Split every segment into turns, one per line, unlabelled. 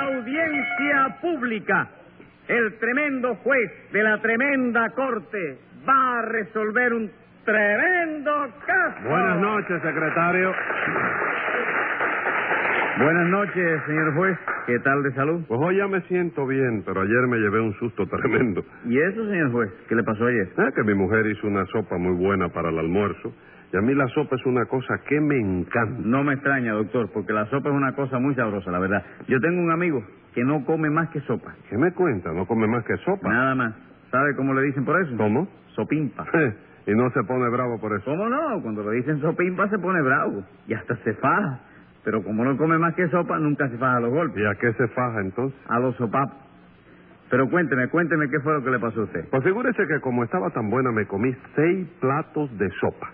audiencia pública. El tremendo juez de la tremenda corte va a resolver un tremendo caso.
Buenas noches, secretario.
Buenas noches, señor juez. ¿Qué tal de salud?
Pues hoy ya me siento bien, pero ayer me llevé un susto tremendo.
¿Y eso, señor juez? ¿Qué le pasó ayer?
Ah, que mi mujer hizo una sopa muy buena para el almuerzo. Y a mí la sopa es una cosa que me encanta.
No me extraña, doctor, porque la sopa es una cosa muy sabrosa, la verdad. Yo tengo un amigo que no come más que sopa.
¿Qué me cuenta? ¿No come más que sopa?
Nada más. ¿Sabe cómo le dicen por eso?
¿Cómo?
Sopimpa.
y no se pone bravo por eso.
¿Cómo no? Cuando le dicen sopimpa se pone bravo y hasta se faja. Pero como no come más que sopa, nunca se faja a los golpes.
¿Y a qué se faja entonces?
A los sopapos. Pero cuénteme, cuénteme qué fue lo que le pasó a usted.
Pues figúrese que como estaba tan buena me comí seis platos de sopa.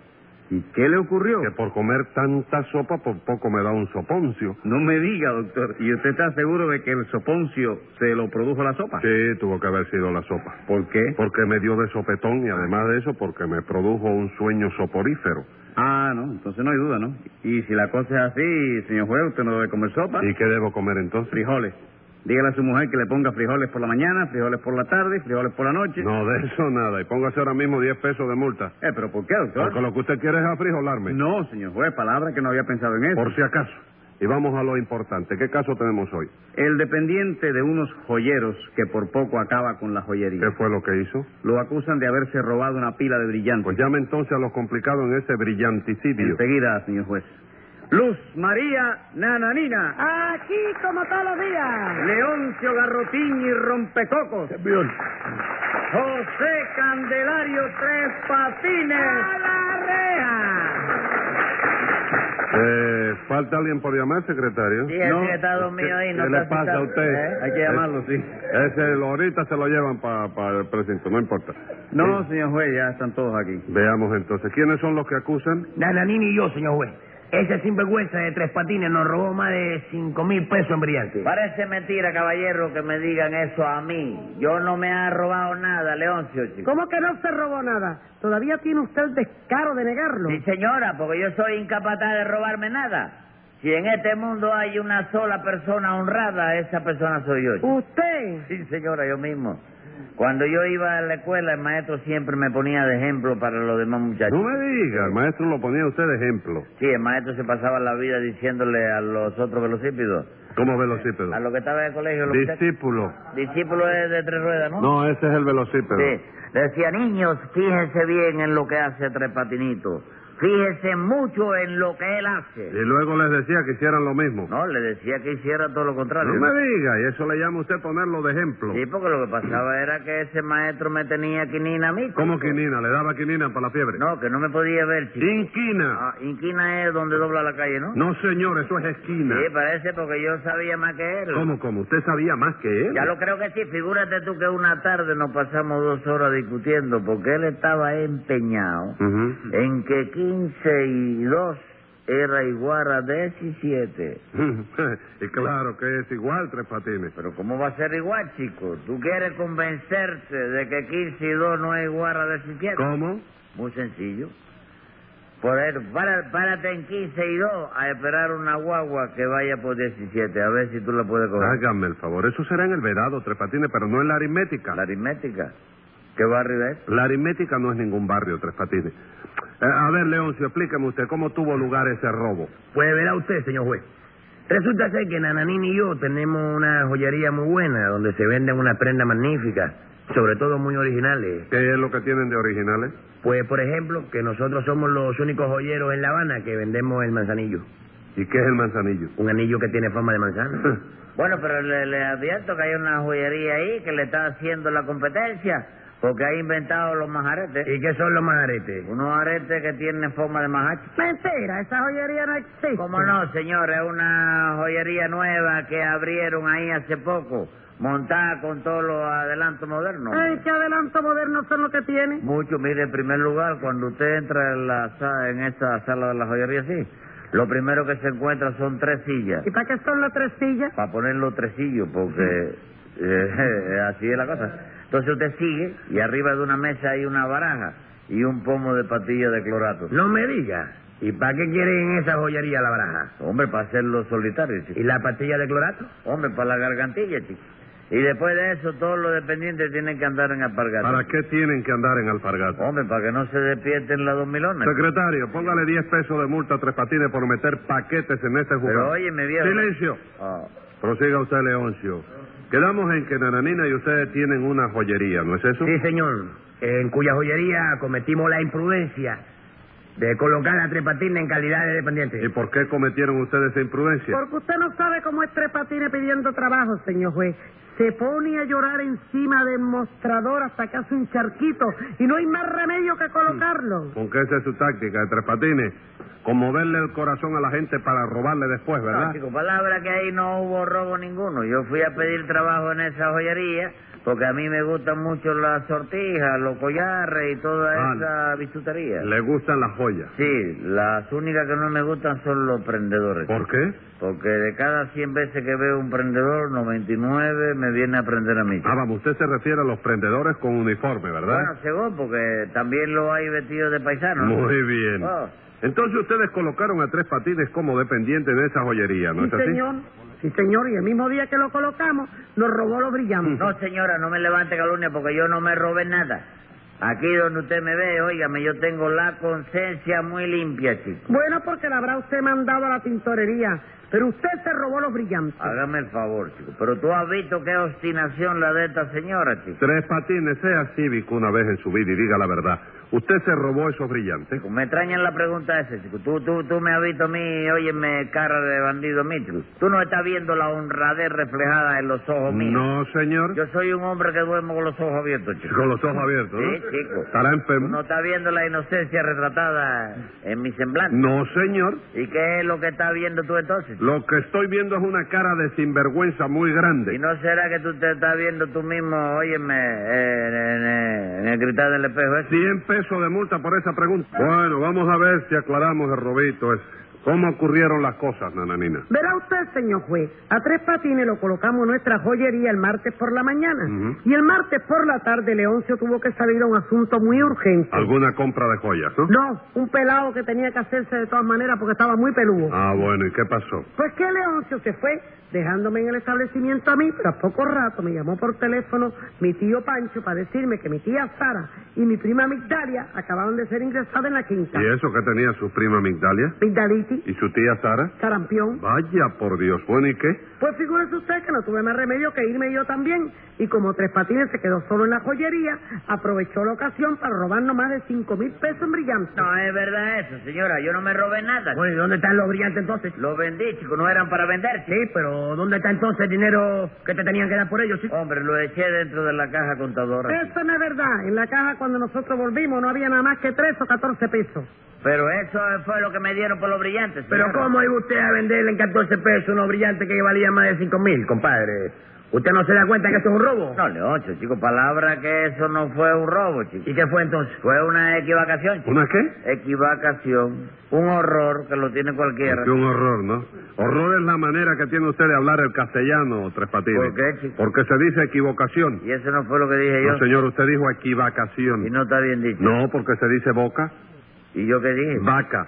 ¿Y qué le ocurrió?
Que por comer tanta sopa por poco me da un soponcio.
No me diga, doctor. ¿Y usted está seguro de que el soponcio se lo produjo la sopa?
Sí, tuvo que haber sido la sopa.
¿Por qué?
Porque me dio de sopetón y además de eso porque me produjo un sueño soporífero.
Ah, no, entonces no hay duda, ¿no? Y si la cosa es así, señor juez, usted no debe comer sopa.
¿Y qué debo comer entonces?
Frijoles. Dígale a su mujer que le ponga frijoles por la mañana, frijoles por la tarde, frijoles por la noche.
No, de eso nada. Y póngase ahora mismo 10 pesos de multa.
Eh, pero ¿por qué, doctor?
Porque lo que usted quiere es afrijolarme.
No, señor juez, palabra que no había pensado en eso.
Por si acaso. Y vamos a lo importante. ¿Qué caso tenemos hoy?
El dependiente de unos joyeros que por poco acaba con la joyería.
¿Qué fue lo que hizo?
Lo acusan de haberse robado una pila de brillantes.
Pues llame entonces a lo complicado en ese brillanticidio.
Enseguida, señor juez. Luz María Nananina,
Aquí como todos los días.
Leoncio Garrotín y Rompecocos. José Candelario Tres
¡A
Patines.
la reja!
Eh, ¿Falta alguien por llamar, secretario?
Sí, el secretario mío ahí no
¿Qué le
está
pasa a
asustado,
usted?
¿eh?
hay que llamarlo, sí.
Ese, lo- ahorita se lo llevan para el precinto, no importa.
No, señor juez, ya están todos aquí.
Veamos entonces, ¿quiénes son los que acusan?
Nananini y yo, señor juez. Ese sinvergüenza de Tres Patines nos robó más de cinco mil pesos en brillantes.
Parece mentira, caballero, que me digan eso a mí. Yo no me ha robado nada, Leoncio, chico.
¿Cómo que no se robó nada? Todavía tiene usted el descaro de negarlo.
Sí, señora, porque yo soy incapaz de robarme nada. Si en este mundo hay una sola persona honrada, esa persona soy yo. chico.
Uh. Usted.
Sí, señora, yo mismo. Cuando yo iba a la escuela, el maestro siempre me ponía de ejemplo para los demás muchachos.
No me diga, el maestro lo ponía a usted de ejemplo.
Sí, el maestro se pasaba la vida diciéndole a los otros velocípedos,
¿Cómo velocípedo?
a los que estaban en el colegio, los muchachos-
Discípulo.
discípulos de, de tres ruedas, ¿no?
No, ese es el velocípedo.
Sí. Le decía, niños, fíjense bien en lo que hace Tres Patinitos. Fíjense mucho en lo que él hace.
Y luego les decía que hicieran lo mismo.
No, le decía que hiciera todo lo contrario.
No me diga, y eso le llama usted ponerlo de ejemplo.
Sí, porque lo que pasaba era que ese maestro me tenía quinina a mí. chico.
¿Cómo quinina? ¿Le daba quinina para la fiebre?
No, que no me podía ver, chico.
Inquina.
Ah, inquina es donde dobla la calle, ¿no?
No, señor, eso es esquina.
Sí, parece porque yo sabía más que él.
¿Cómo, cómo? ¿Usted sabía más que él?
Ya lo creo que sí. Figúrate tú que una tarde nos pasamos dos horas discutiendo porque él estaba empeñado
Ujú.
en que 15 y 2 era igual a 17.
y claro que es igual, Tres Patines.
Pero ¿cómo va a ser igual, chico? ¿Tú quieres convencerte de que 15 y 2 no es igual a 17?
¿Cómo?
Muy sencillo. Por eso, para- párate en 15 y 2 a esperar una guagua que vaya por 17, a ver si tú la puedes coger.
Hágame el favor, eso será en el verado, Tres Patines, pero no en la aritmética.
La aritmética. ¿Qué barrio es?
La aritmética no es ningún barrio, Tres Patines. Eh, a ver, Leoncio, explíqueme usted, ¿cómo tuvo lugar ese robo?
Pues verá usted, señor juez. Resulta ser que Nananini y yo tenemos una joyería muy buena donde se venden unas prendas magníficas, sobre todo muy originales.
¿Qué es lo que tienen de originales?
Pues, por ejemplo, que nosotros somos los únicos joyeros en La Habana que vendemos el manzanillo.
¿Y qué es el manzanillo?
Un anillo que tiene forma de manzana.
Bueno, pero le, le advierto que hay una joyería ahí que le está haciendo la competencia porque ha inventado los majaretes.
¿Y qué son los majaretes?
Unos aretes que tienen forma de majache.
Mentira, esa joyería no existe.
¿Cómo no, señor? Es una joyería nueva que abrieron ahí hace poco, montada con todos los adelantos modernos.
Ay, qué adelanto moderno son los que tiene.
Mucho, mire, en primer lugar, cuando usted entra en, la, sa- en esta sala de la joyería, sí, lo primero que se encuentra son tres sillas.
¿Y para qué son las tres sillas?
Ah,
para ponerlo tresillo, porque eh, así es la cosa. Entonces usted sigue y arriba de una mesa hay una baraja y un pomo de patilla de clorato.
No me diga. ¿Y para qué quieren en esa joyería la baraja?
Hombre, para hacerlo solitario, chico.
¿Y la pastilla de clorato?
Hombre, para la gargantilla, chico. Y después de eso, todos los dependientes tienen que andar en alpargatas.
¿Para qué tienen que andar en alpargatas?
Hombre, para que no se despierten las dos milonas.
Secretario, póngale 10 pesos de multa a Tres Patines por meter paquetes en ese jugador.
Pero oye, me viejo.
¡Silencio!
Ah,
Prosiga usted, Leoncio. Quedamos en que Nananina y ustedes tienen una joyería, ¿no es eso?
Sí, señor. En cuya joyería cometimos la imprudencia de colocar a Tres Patines en calidad de
¿Y
dependiente.
por qué cometieron ustedes esa imprudencia?
Porque usted no sabe cómo es Tres Patines pidiendo trabajo, señor juez. Se pone a llorar encima del mostrador hasta que hace un charquito y no hay más remedio que colocarlo.
¿Con qué esa es su táctica de Tres Patines? Conmoverle el corazón a la gente para robarle después,
no,
¿verdad?
chico, palabra que ahí no hubo robo ninguno. Yo fui a pedir trabajo en esa joyería porque a mí me gustan mucho las sortijas, los collares y toda
Ah,
esa bisutería.
Le gustan las joyas.
Sí, las únicas que no me gustan son los prendedores.
¿Por qué?
Porque de cada 100 veces que veo un prendedor, 99 me viene a prender a mí.
Ah, vamos, usted se refiere a los prendedores con uniforme, ¿verdad?
Bueno, según, porque también lo hay vestido de paisano. ¿no?
Muy bien.
Ah,
Entonces ustedes colocaron a Tres Patines como dependiente en esa joyería, ¿no
Sí,
es así?
señor. Sí, señor. Y el mismo día que lo colocamos, nos robó los brillantes.
no, señora, no me levante calumnia porque yo no me robé nada. Aquí donde usted me ve, óigame, yo tengo la conciencia muy limpia,
Mm.
chico.
Bueno, porque la habrá usted mandado a la tintorería, pero usted se robó los brillantes.
Ah,
Hágame el favor, chico. Pero tú has visto qué obstinación la de esta señora, chico.
Tres Patines, sea cívico una vez en su vida y diga la verdad. ¿Usted se robó esos brillantes?
Chico, Me extraña la pregunta esa, chico. Tú, tú, tú me has visto a mí, óyeme, cara de bandido mío, chico. Tú no estás viendo la honradez reflejada en los ojos míos.
No, señor.
Oh, Yo soy un hombre que duermo con los ojos abiertos, chico.
Con los ojos abiertos, ¿no?
Sí, chico.
¿Estará enfermo?
¿No está viendo la inocencia retratada en mi semblante?
No, señor.
¿Y qué es lo que estás viendo tú entonces?
Lo que estoy viendo es una cara de sinvergüenza muy
¿Y
grande.
no será que tú te estás viendo tú mismo, óyeme, eh, en, en- en el cristal del espejo ese?
100 pesos de multa por esa pregunta. Bueno, vamos a ver si aclaramos el robito ese. ¿Cómo ocurrieron las cosas, nananina?
Verá usted, señor juez, a tres patines lo colocamos en nuestra joyería el martes por la mañana. Y el martes por la tarde, Leoncio tuvo que salir a un asunto muy urgente.
¿Alguna compra de joyas, no?
No, un pelado que tenía que hacerse de todas maneras porque estaba muy peludo.
Ah, bueno, ¿y qué pasó?
Pues que Leoncio se fue, dejándome en el establecimiento a mí, pero a poco rato me llamó por teléfono mi tío Pancho para decirme que mi tía Sara y mi prima Migdalia acababan de ser ingresadas en la quinta.
¿Y eso que tenía su prima Migdalia?
Migdalitis,
¿Y su tía Sara?
sarampión.
Vaya, por Dios. Bueno, ¿y qué?
Pues figúrese usted que no tuve más remedio que irme yo también. Y como Tres Patines se quedó solo en la joyería, aprovechó la ocasión para robarnos más de cinco mil pesos en brillantes.
No, es verdad eso, señora. Yo no me robé nada.
Bueno, ¿y dónde están los brillantes entonces?
Los vendí, chico, no eran para vender,
Sí, pero ¿dónde está entonces el dinero que te tenían que dar por ellos, chico?
Hombre, lo eché dentro de la caja contadora. chico.
Eso no es verdad. En la caja cuando nosotros volvimos no había nada más que tres o catorce pesos.
Pero eso fue lo que me dieron por los brillantes,
Pero
señora.
¿cómo iba usted a venderle en 14 pesos unos brillantes que valían más de 5 mil, compadre? ¿Usted no se da cuenta que eso es un robo?
No, Leoncio, chico, palabra que eso no fue un robo, chico.
¿Y qué fue entonces?
Fue una equivocación, chico.
¿Una qué?
equivocación, un horror que lo tiene cualquiera.
Porque un horror, ¿no? Horror es la manera que tiene usted de hablar el castellano, Tres Patines.
¿Por qué, chico?
Porque se dice equivocación.
Y eso no fue lo que dije
No,
yo.
señor, usted dijo
Y
equivocación.
no está bien dicho.
No, porque se dice boca,
¿Y yo qué dije?
vaca.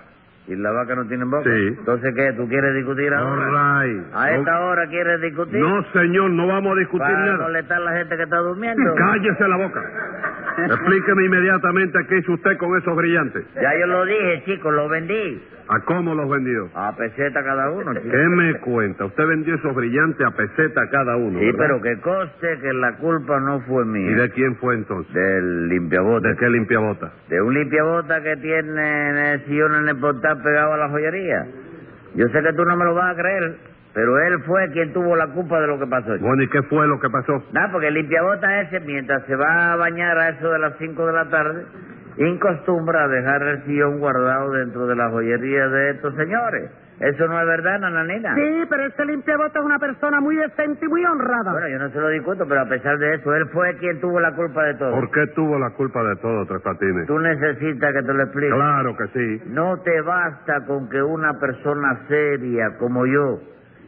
¿Y la vaca no tiene boca?
Sí.
Entonces, ¿qué? ¿Tú quieres discutir ahora?
All right.
¿A esta hora quieres discutir?
No, señor, no vamos a discutir
Para
nada.
molestar a la gente que está durmiendo.
Cállese la boca. Explíqueme inmediatamente qué hizo usted con esos brillantes.
Ya yo lo dije, chicos, lo vendí.
¿A cómo los vendió?
A peseta cada uno, chicos.
¿Qué me cuenta? Usted vendió esos brillantes a peseta cada uno.
Sí,
¿verdad?
pero que coste que la culpa no fue
¿Y
mía.
de quién fue entonces?
Del limpiabota.
¿De qué limpiabota?
De un limpiabota que tiene en el sillón en el portal pegado a la joyería. Yo sé que tú no me lo vas a creer, pero él fue quien tuvo la culpa de lo que pasó.
Bueno, ¿y qué fue lo que pasó?
Nada, porque el limpiabota ese, mientras se va a bañar a eso de las 5 de la tarde, incostumbra a dejar el sillón guardado dentro de la joyería de estos señores. Eso no es verdad, nananina.
Sí, pero ese limpiabota es una persona muy decente y muy
Ah.
honrada.
Bueno, yo no se lo discuto, pero a pesar de eso, él fue quien tuvo la culpa de todo.
¿Por qué tuvo la culpa de todo, Tres Patines?
Tú necesitas que te lo explique.
Claro que sí.
No te basta con que una persona seria como yo,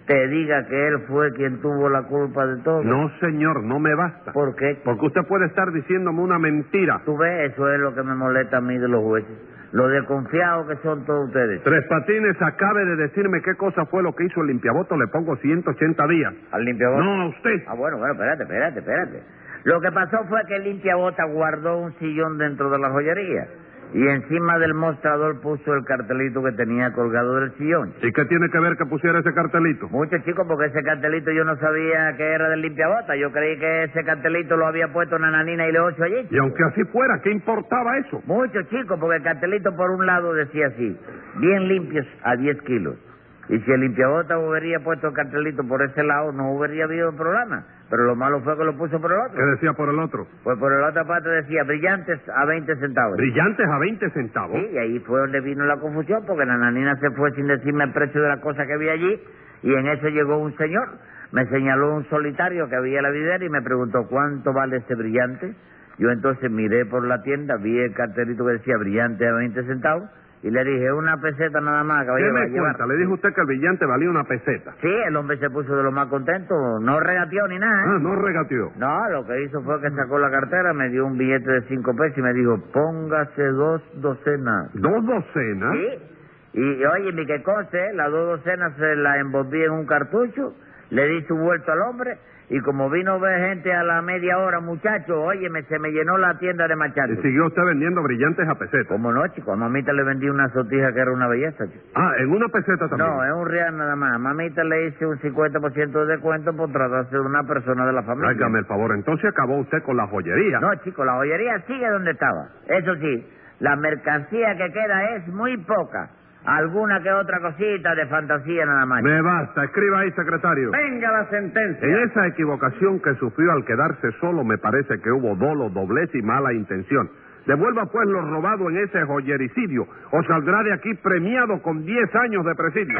te diga que él fue quien tuvo la culpa de todo.
No, señor, no me basta.
¿Por qué?
Porque usted puede estar diciéndome una mentira.
Tú ves, eso es lo que me molesta a mí de los jueces. Lo desconfiados que son todos ustedes.
Tres Patines acabe de decirme qué cosa fue lo que hizo el limpiaboto, le pongo 180 días.
Al limpiador.
No a usted.
Ah, bueno, bueno, espérate, espérate, espérate. Lo que pasó fue que el limpiabota guardó un sillón dentro de la joyería y encima del mostrador puso el cartelito que tenía colgado del sillón.
¿Y qué tiene que ver que pusiera ese cartelito?
Muchos chicos, porque ese cartelito yo no sabía que era del limpiabota. Yo creí que ese cartelito lo había puesto Nananina y Leocho allí.
Y aunque así fuera, ¿qué importaba eso?
Muchos chicos, porque el cartelito por un lado decía así, bien limpios a 10 kilos. Y si el limpiabota hubiera puesto el cartelito por ese lado, no hubiera habido problema. Pero lo malo fue que lo puso por el
¿Qué
otro.
decía por el otro?
Pues por la otra parte decía, brillantes a 20 centavos.
Brillantes a 20 centavos.
Sí, y ahí fue donde vino la confusión, porque la nanina se fue sin decirme el precio de la cosa que vi allí, y en eso llegó un señor, me señaló un solitario que había en la videra y me preguntó cuánto vale este brillante. Yo entonces miré por la tienda, vi el cartelito que decía brillante a 20 centavos, y le dije, una peseta nada más,
¿Qué
caballero. va a
me
llevar".
cuenta? Le dijo usted que el brillante valía una peseta.
Sí, el hombre se puso de lo más contento, no regateó ni nada. ¿eh?
Ah, no regateó.
No, lo que hizo fue que sacó la cartera, me dio un billete de cinco pesos y me dijo, póngase dos docenas.
Dos docenas.
Sí. Y, y oye, mi que conste, eh, las dos docenas se las envolví en un cartucho, le di su vuelto al hombre, y como vino a ver gente a la media hora, muchacho, oye, me, se me llenó la tienda de
Y
machates.
siguió usted vendiendo brillantes a peseta.
Como no, chico, a mamita le vendí una sotija que era una belleza, chico.
Ah, en una peseta también.
No, es un real nada más. A Mamita le hice un 50% de descuento por tratarse de una persona de la familia.
Hágame el favor, entonces acabó usted con la joyería.
No, chico, la joyería sigue donde estaba. Eso sí, la mercancía que queda es muy poca. Alguna que otra cosita de fantasía nada más.
Me basta, escriba ahí, secretario.
Venga la sentencia.
En esa equivocación que sufrió al quedarse solo, me parece que hubo dolo, doblez y mala intención. Devuelva pues lo robado en ese joyericidio, o saldrá de aquí premiado con 10 años de presidio.